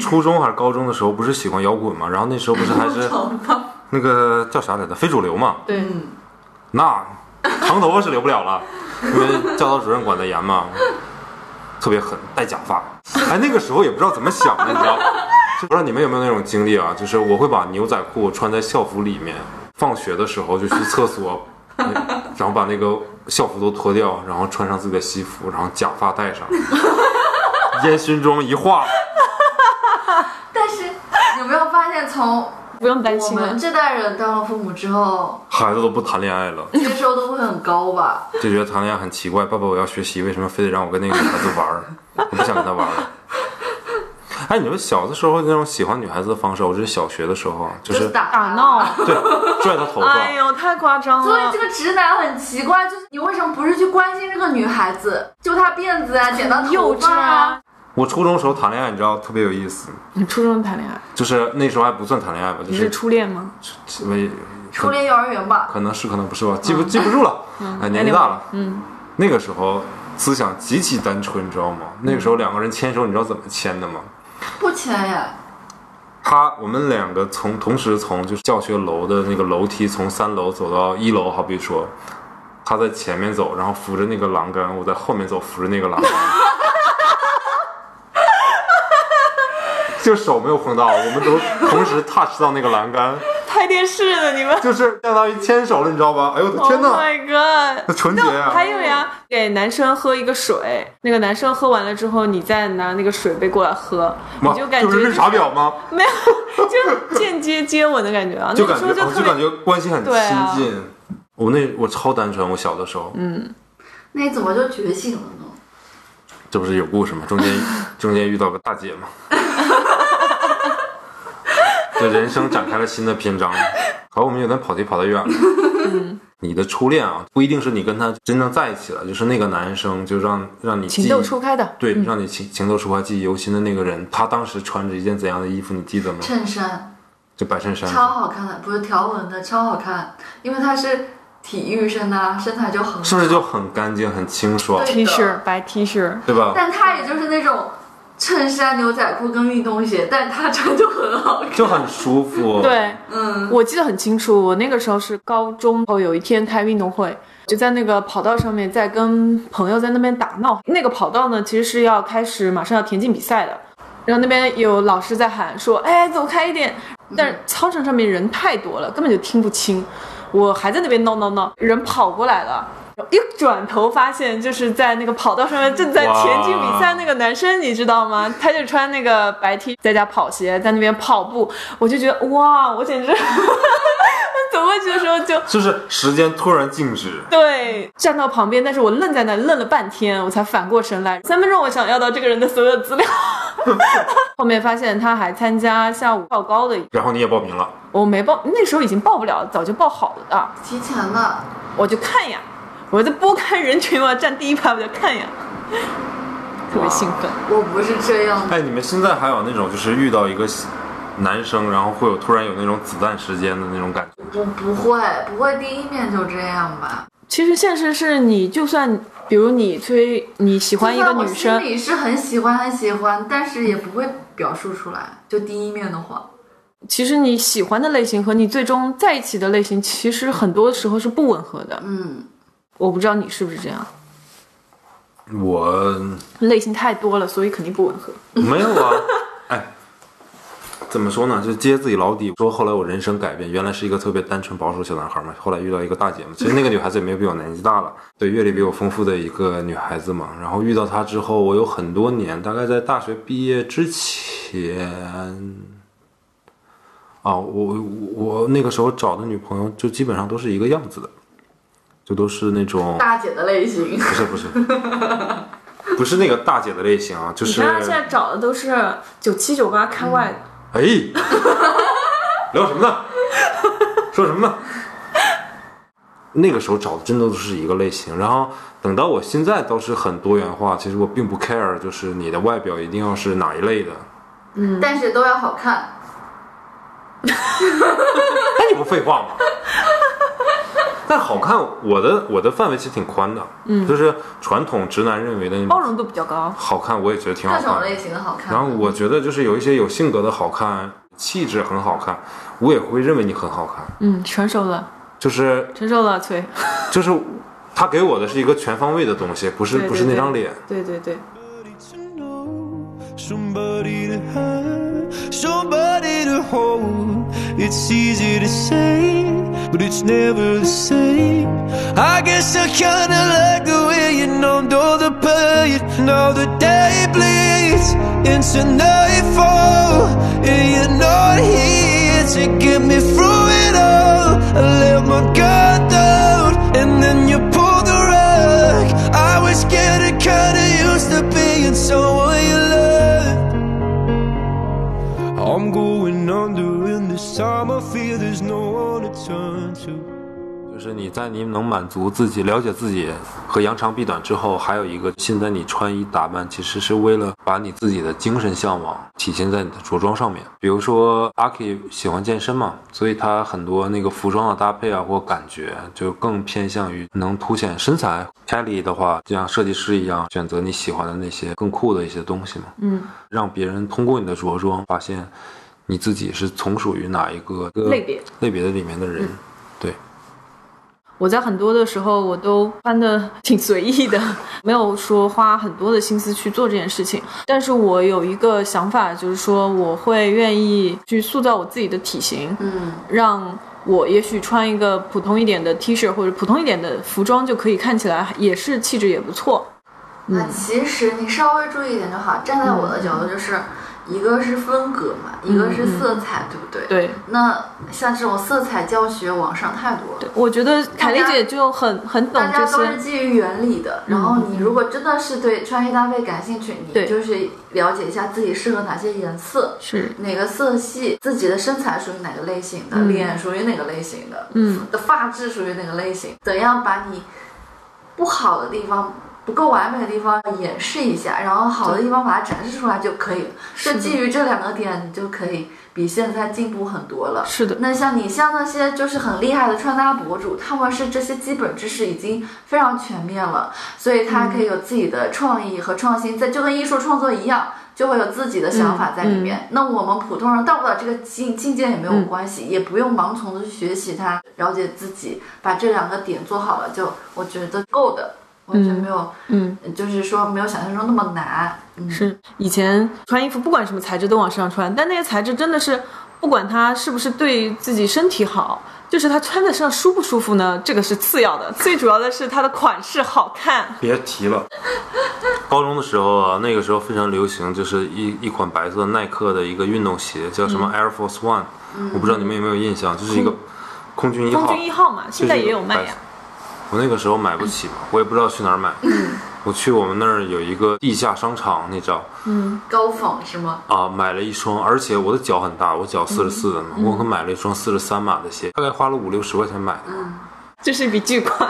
S1: 初中还是高中的时候，不是喜欢摇滚嘛？然后那时候不是还
S3: [laughs]
S1: 是
S3: 啊
S1: 那个叫啥来着，非主流嘛？
S2: 对，
S3: 嗯
S1: 那长头发是留不了了，因为教导主任管得严嘛，特别狠，戴假发。哎，那个时候也不知道怎么想的，你知道？就 [laughs] 不知道你们有没有那种经历啊？就是我会把牛仔裤穿在校服里面，放学的时候就去厕所，哎然后把那个校服都脱掉，然后穿上自己的西服，然后假发戴上， [laughs] 烟熏妆一化，
S3: 但是有没有发现，从
S2: 不用担
S3: 我
S2: 心啊了
S3: 们。这代人当了父母之后，
S1: 孩子都不谈恋爱了，
S3: 接受度会很高吧？
S1: 就觉得谈恋爱很奇怪。爸爸，我要学习，为什么非得让我跟那个女孩子玩儿？我不想跟她玩儿。 [laughs] 哎，你们小的时候那种喜欢女孩子的方式，我是小学的时候啊，就
S3: 就是是打
S2: 打闹，
S1: 对拽她头发
S2: 哎，呦，太夸张
S3: 所以
S2: 了
S3: 这。个直男很奇怪，就是你为什么不是去关心这个女孩子，揪她辫子啊，剪她头
S2: 幼稚
S3: 发
S2: 啊！！
S1: 我初中时候谈恋爱，你知道特别有意思，
S2: 你初中谈恋爱，
S1: 就是那时候还不算谈恋爱吧，就
S2: 你是
S1: 是
S2: 初恋吗？
S1: 没
S3: 初恋幼儿园吧，
S1: 可能是可能不是吧，记不记不住了，哎，年纪大了，嗯，那个时候思想极其单纯，你知道吗？那个时候两个人牵手，你知道怎么牵的吗？
S3: 不签耶。
S1: 他我们两个从同时从就是教学楼的那个楼梯从三楼走到一楼，好比说，他在前面走，然后扶着那个栏杆，我在后面走，扶着那个栏杆， [laughs] 就手没有碰到，我们都同时 touch 到那个栏杆，
S2: 拍电视的你们。
S1: 就是相当于牵手了，你知道吧？哎呦我的 [laughs]
S2: Oh
S1: 天呐，
S2: my god！
S1: 那纯洁啊！
S2: 还有呀，给男生喝一个水，那个男生喝完了之后，你再拿那个水杯过来喝，你
S1: 哇
S2: 就感觉
S1: 是绿
S2: 就是
S1: 茶婊吗？
S2: 没有， [laughs] 就间接接吻的感觉啊。那
S1: 就
S2: 个
S1: 感觉
S2: 时候就
S1: 哦
S2: 特
S1: 就感
S2: 别
S1: 觉关系很
S2: 对啊
S1: 亲近。我那我超单纯，我小的时候，
S3: 那你怎么就觉醒了呢？
S1: 这不是有故事吗？中间中间遇到个大姐嘛，这人生展开了新的篇章。好，我们有点跑题跑得远了。你的初恋啊，不一定是你跟他真正在一起了，就是那个男生就让让你
S2: 情
S1: 记
S2: 窦
S1: 忆
S2: 初开的。
S1: 对，让你情情窦初开、记忆犹新的那个人，他当时穿着一件怎样的衣服，你记得吗？
S3: 衬衫
S1: 就白衬衫。
S3: 超好看的，不是条纹的，超好看，因为她是体育生啊，身材就很好。
S1: 是不是就很干净、很清爽，
S3: 对
S2: T 恤白 T 恤，
S1: 对吧？
S3: 但她也就是那种衬衫、牛仔裤跟运动鞋，但她穿就很好看。
S1: 就很舒服。，
S2: 对，
S3: 嗯，
S2: 我记得很清楚，我那个时候是高中后有一天开运动会，就在那个跑道上面，在跟朋友在那边打闹。那个跑道呢，其实是要开始马上要田径比赛的，然后那边有老师在喊说：“哎，走开一点！”但是操场上面人太多了，根本就听不清。我还在那边闹闹闹，人跑过来了。一转头发现，就是在那个跑道上面正在田径比赛那个男生，你知道吗？他就穿那个白 T，在家跑鞋，在那边跑步。我就觉得哇，我简直 [laughs] 走过去的时候就
S7: 就是时间突然静止，
S2: 对，站到旁边，但是我愣在那，愣了半天，我才反过神来。三分钟，我想要到这个人的所有资料。 [laughs] 后面发现他还参加下午跳高的，
S7: 然后你也报名了，
S2: 我没报，那时候已经报不了，早就报好了的。
S3: 提前了，
S2: 我就看呀，我在拨开人群嘛，站第一排我就看呀，特别兴奋。
S3: 我不是这样的，
S7: 哎，你们现在还有那种就是遇到一个男生，然后会有突然有那种子弹时间的那种感觉，
S3: 我不会，不会第一面就这样吧？
S2: 其实现实是你，就算比如你追你喜欢一个女
S3: 就算我
S2: 生
S3: 心，里是很喜欢很喜欢，但是也不会表述出来。就第一面的话，
S2: 其实你喜欢的类型和你最终在一起的类型，其实很多时候是不吻合的。
S3: 嗯，
S2: 我不知道你是不是这样，
S7: 我
S2: 类型太多了，所以肯定不吻合。
S7: 没有啊，哎，
S1: 怎么说呢？就揭自己老底。说后来我人生改变，原来是一个特别单纯保守小男孩嘛，后来遇到一个大姐嘛。其实那个女孩子也没有比我年纪大了，对，阅历比我丰富的一个女孩子嘛。然后遇到她之后，我有很多年，大概在大学毕业之前，啊，我我我那个时候找的女朋友就基本上都是一个样子的，就都是那种
S3: 大姐的类型，
S1: 不是不是。不是那个大姐的类型啊，就
S2: 你
S1: 是
S2: 看他现在找的都是九七九八开外的，
S1: 哎，聊什么呢？说什么呢？那个时候找的真的都是一个类型，然后等到我现在倒是很多元化。其实我并不 care，就是你的外表一定要是哪一类的。
S2: 嗯
S3: 但是都要好看。
S1: 那你不废话吗？但好看，我的我的范围其实挺宽的，嗯，就是传统直男认为的那
S2: 包
S1: 种
S2: 容度比较高。
S1: 好看，我也觉得挺好
S3: 各
S1: 看
S3: 种
S1: 的
S3: 类。型的好看。
S1: 然后我觉得就是有一些有性格的好看，气质很好看，我也会认为你很好看，
S2: 嗯，成熟了，
S1: 就是
S2: 成熟了，崔。 [laughs]
S1: 就是他给我的是一个全方位的东西，不是
S2: 对
S1: 不是那张脸。。
S2: 对对对对，
S8: Somebody to know, somebody to have, somebody to hold. It's easy to say, but it's never the same. I guess I kinda like the way you numbed all the pain. Now the day bleeds into nightfall, and you're not here to get me through it all. I let my guard down, and then you pulled the rug. I was getting kinda used to being someone you loved. I'm going under in this time. I fear there's no one to turn to.
S1: 就是你在你能满足自己、了解自己和扬长避短之后，还有一个，现在你穿衣打扮其实是为了把你自己的精神向往体现在你的着装上面。比如说阿 K 喜欢健身嘛，所以他很多那个服装的搭配啊或感觉就更偏向于能凸显身材。Kelly 的话，就像设计师一样，选择你喜欢的那些更酷的一些东西嘛。
S2: 嗯，
S1: 让别人通过你的着装发现你自己是从属于哪一个
S2: 类别
S1: 嗯类别的嗯里面的人。对，
S2: 我在很多的时候我都穿的挺随意的， [laughs] 没有说花很多的心思去做这件事情。但是我有一个想法，就是说我会愿意去塑造我自己的体型，
S3: 嗯，
S2: 让我也许穿一个普通一点的 T 恤或者普通一点的服装就可以看起来也是气质也不错。嗯
S3: 那其实你稍微注意一点就好。站在我的角度，就是一个是风格嘛，一个是色彩，对不对？。
S2: 嗯对，
S3: 那像这种色彩教学，网上太多了。
S2: 我觉得凯丽姐就很很懂
S3: 大
S2: 这
S3: 家都是
S2: 些。嗯
S3: 基于原理的，然后你如果真的是对穿衣搭配感兴趣，
S2: 对
S3: 你就是了解一下自己适合哪些颜色，
S2: 是，
S3: 哪个色系，自己的身材属于哪个类型的，
S2: 嗯
S3: 脸属于哪个类型的，
S2: 嗯，
S3: 的发质属于哪个类型，怎样把你不好的地方不够完美的地方掩饰一下，然后好的地方把它展示出来就可以了。就基于这两个点，你就可以比现在进步很多了。
S2: 是的
S3: 那像你像那些就是很厉害的穿搭博主，他们是这些基本知识已经非常全面了，所以他
S2: 嗯
S3: 可以有自己的创意和创新，在就跟艺术创作一样。就会有自己的想法
S2: 嗯
S3: 在里面。那我们普通人到不了这个境境界也没有关系，也不用盲从的学习它，了解自己，把这两个点做好了就，我觉得够的，完全没有，
S2: 嗯，
S3: 就是说没有想象中那么难。嗯，
S2: 是以前穿衣服不管什么材质都往身上穿，但那些材质真的是不管它是不是对自己身体好，就是它穿在身上舒不舒服呢？这个是次要的，最主要的是它的款式好看。
S9: 别提了，
S1: 高中的时候啊，那个时候非常流行，就是一一款白色耐克的一个运动鞋，叫什么
S2: 嗯
S1: Air Force One，、我不知道你们有没有印象，就是一个空军一号。
S2: 空军一号嘛，现在也有卖呀、啊
S1: 我那个时候买不起嘛，我也不知道去哪儿买。
S2: 嗯
S1: 我去我们那儿有一个地下商场，你知道
S3: 高仿是吗？
S1: 啊，买了一双，而且我的脚很大，我脚四十四的
S2: 嗯
S1: 嘛，我可买了一双四十三码的鞋，大概花了五六十块钱买
S2: 嗯
S1: 的，
S2: 这是一笔巨款。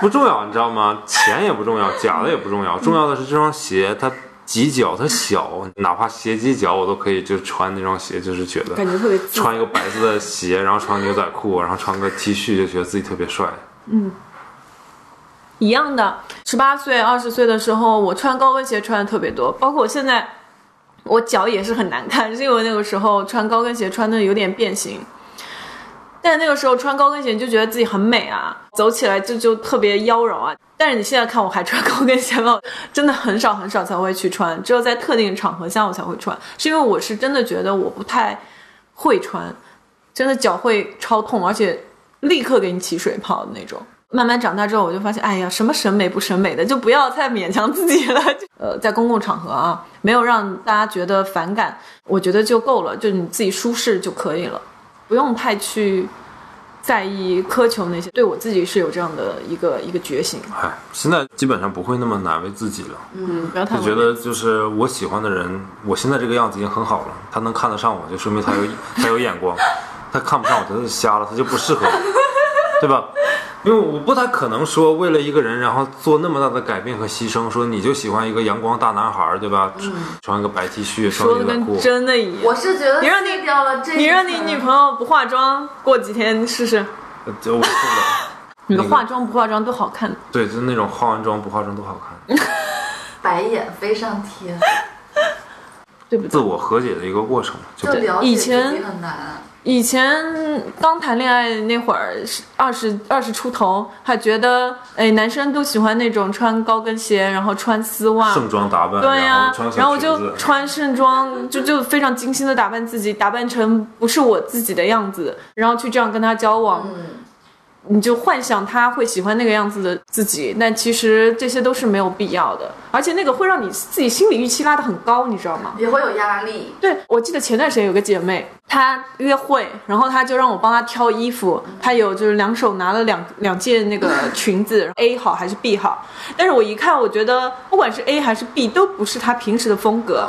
S1: 不重要，你知道吗？钱也不重要，假的也不重要，重要的是这双鞋它挤脚，它小，哪怕斜挤脚我都可以就穿那双鞋，就是觉得
S2: 感觉特别自在
S1: 穿一个白色的鞋，然后穿牛仔裤，然后穿个 T 恤，就觉得自己特别帅。
S2: 一样的，十八岁、二十岁的时候，我穿高跟鞋穿的特别多，包括我现在，我脚也是很难看，是因为那个时候穿高跟鞋穿的有点变形。但那个时候穿高跟鞋就觉得自己很美啊，走起来就就特别妖娆啊。但是你现在看我还穿高跟鞋吗？真的很少很少才会去穿，只有在特定场合下我才会穿，是因为我是真的觉得我不太会穿，真的脚会超痛，而且立刻给你起水泡的那种。慢慢长大之后，我就发现，哎呀，什么审美不审美的，就不要再勉强自己了。 [laughs] 就呃，在公共场合啊，没有让大家觉得反感，我觉得就够了，就你自己舒适就可以了，不用太去在意苛求那些。对我自己是有这样的一个一个觉醒，
S1: 哎，现在基本上不会那么难为自己了。
S2: 嗯，不要太
S1: 就觉得就是我喜欢的人，我现在这个样子已经很好了，他能看得上我，就说明他有他有眼光；他看不上我，他就是瞎了，他就不适合我，对吧？因为我不太可能说为了一个人，然后做那么大的改变和牺牲，说你就喜欢一个阳光大男孩儿，对吧？穿个白 T 恤，穿
S2: 嗯说
S1: 个
S2: 的
S1: 牛仔
S2: 跟
S1: 裤，
S2: 真的一
S3: 我
S2: 样。
S3: 是觉得
S2: 你让你
S3: 卸掉了这一层，
S2: 你让你女朋友不化妆，过几天试试，
S1: 呃就我受不了。
S2: 你的
S1: 那个
S2: 化妆不化妆都好看。
S1: 对，就是那种化完妆不化妆都好看，
S3: 白眼飞上天，
S2: 对不
S1: 自
S2: 对？
S1: 我和解的一个过程。就
S3: 就了解
S2: 以
S3: 自
S2: 前
S3: 己很难。
S2: 以前刚谈恋爱那会儿，二十二十出头，还觉得哎，男生都喜欢那种穿高跟鞋，然后穿丝袜，
S1: 盛装打扮，
S2: 啊对呀、
S1: 然后穿小
S2: 然后我
S1: 裙子
S2: 就穿盛装，就就非常精心的打扮自己，打扮成不是我自己的样子，然后去这样跟他交往。你就幻想他会喜欢那个样子的自己，但其实这些都是没有必要的，而且那个会让你自己心理预期拉得很高，你知道吗？
S3: 也会有压力，
S2: 对，我记得前段时间有个姐妹，她约会，然后她就让我帮她挑衣服，她有就是两手拿了两两件那个裙子 [laughs] ，A 好还是 B 好？但是我一看，我觉得不管是 A 还是 B 都不是她平时的风格，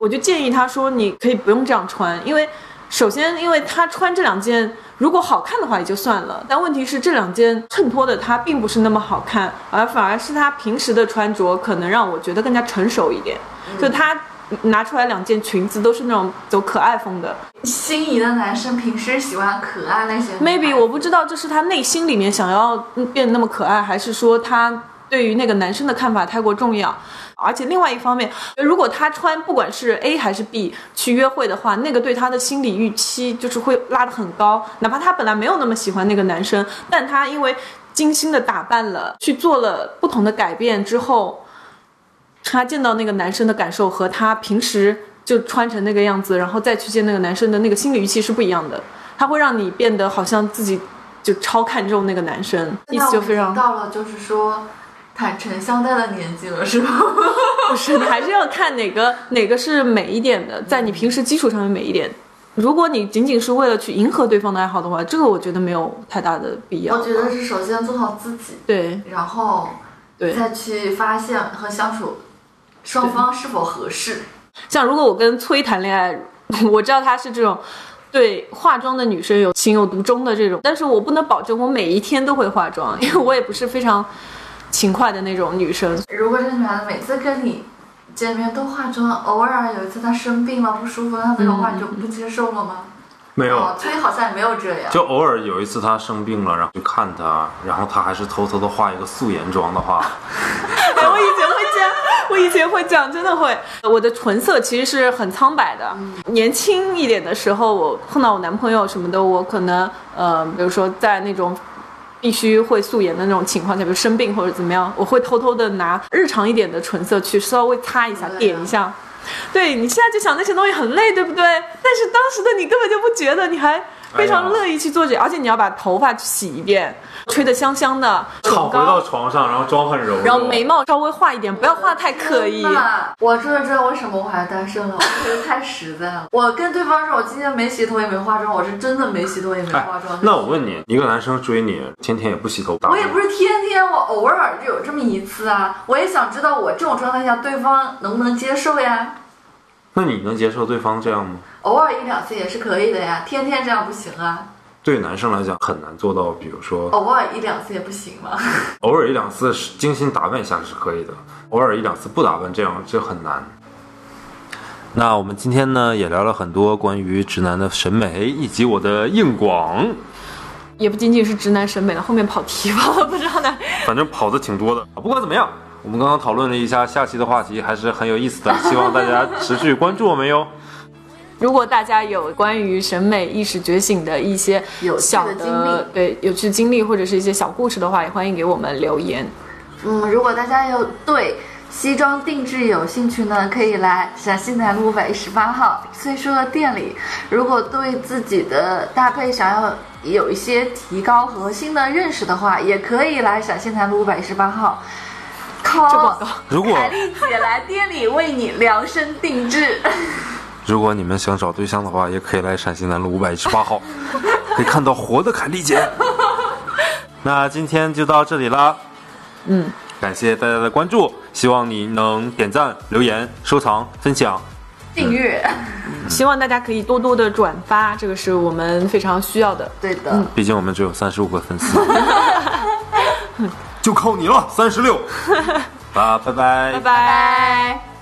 S2: 我就建议她说你可以不用这样穿，因为首先因为她穿这两件如果好看的话也就算了，但问题是这两件衬托的她并不是那么好看，而反而是她平时的穿着可能让我觉得更加成熟一点，就她。拿出来两件裙子都是那种走可爱风的
S3: 心仪的男生平时喜欢可爱类型的女孩子
S2: ，maybe 我不知道这是她内心里面想要变得那么可爱，还是说她对于那个男生的看法太过重要。而且另外一方面，如果她穿不管是 A 还是 B 去约会的话，那个对她的心理预期就是会拉得很高，哪怕她本来没有那么喜欢那个男生，但她因为精心的打扮了，去做了不同的改变之后，她见到那个男生的感受和她平时就穿成那个样子，然后再去见那个男生的那个心理预期是不一样的。它会让你变得好像自己就超看重那个男生，意
S3: 现
S2: 思
S3: 在我
S2: 就
S3: 们
S2: 非常 [laughs]
S3: 到了就是说坦诚相待的年纪了，是吗？ [laughs]
S2: 不是，你还是要看哪个哪个是美一点的，在你平时基础上面美一点。如果你仅仅是为了去迎合对方的爱好的话，这个我觉得没有太大的必要
S3: 我。觉得是首先做好自己，
S2: 对
S3: 然后
S2: 对，
S3: 再去发现和相处双方是否合适。
S2: 像如果我跟崔谈恋爱， [laughs] 我知道她是这种对化妆的女生有 [laughs] 情有独钟的这种，但是我不能保证我每一天都会化妆，因为我也不是非常勤快的那种女生。
S3: 如果这女孩子每次跟你见面都化妆，偶尔有一次她生病了不舒服，她没有化，
S2: 嗯
S3: 你就不接受了吗？
S1: 没
S2: 啊
S1: 有，
S3: 哦，崔好像也没有这样。
S1: 就偶尔有一次他生病了，然后去看他，然后他还是偷偷的化一个素颜妆的话，
S2: 哎，我以前会这样，我以前会这样，真的会。我的唇色其实是很苍白的。
S1: 嗯
S2: 年轻一点的时候，我碰到我男朋友什么的，我可能呃，比如说在那种。必须会素颜的那种情况下，比如生病或者怎么样，我会偷偷的拿日常一点的唇色去稍微擦一下、
S3: 对啊
S2: 点一下。对你现在就想那些东西很累，对不对？但是当时的你根本就不觉得，你还非
S1: 哎
S2: 常
S1: 呀
S2: 乐意去做这个，而且你要把头发去洗一遍，吹得香香的，
S1: 躺
S2: 唇
S1: 回
S2: 膏
S1: 到床上，然后妆很柔弱，
S2: 然后眉毛稍微画一点，不要画太刻意
S3: 天。呐我终于知道为什么我还单身了，我觉得太实在了。我跟对方说，我今天没洗头也没化妆，我是真的没洗头也没
S1: 哎
S3: 化妆。，
S1: 那我问你，一个男生追你，天天也不洗头，打
S3: 我也不是天天，我偶尔就有这么一次啊。我也想知道我这种状态下对方能不能接受呀？
S1: 那你能接受对方这样吗？
S3: 偶尔一两次也是可以的呀，天天这样不行啊，
S1: 对男生来讲很难做到，比如说
S3: 偶尔一两次也不行吗？
S1: 偶尔一两次是精心打扮一下是可以的，偶尔一两次不打扮这样就很难。那我们今天呢也聊了很多关于直男的审美以及我的硬广，
S2: 也不仅仅是直男审美了，后面跑题了，不知道哪。
S1: 反正跑的挺多的。不管怎么样，我们刚刚讨论了一下下期的话题，还是很有意思 [laughs] 的，希望大家持续关注我们哟。
S2: 如果大家有关于审美意识觉醒的一些
S3: 有趣的
S2: 小
S3: 经历
S2: 对有趣经历或者是一些小故事的话，也欢迎给我们留言。
S3: 嗯，如果大家有对西装定制有兴趣呢，可以来陕西南路五百一十八号翠叔的店里。如果对自己的搭配想要有一些提高和新的认识的话，也可以来陕西南路五百一十八号。
S2: 这广告
S1: 如 [laughs] 果
S3: 凯丽姐来店里为你量身定制，
S2: 嗯
S1: 如果你们想找对象的话，也可以来陕西南路五百一十八 [laughs] 号，可以看到活的凯丽 [laughs] 姐。那今天就到这里啦，
S2: 嗯，
S1: 感谢大家的关注，希望你能点赞、留言、收藏、分享。
S3: 订阅，嗯
S2: 希望大家可以多多的转发，这个是我们非常需要的。
S3: 对的。
S1: 毕竟我们只有三十五个粉 [laughs] 丝， [laughs] 就靠你了，三十六。啊，拜拜
S2: 拜拜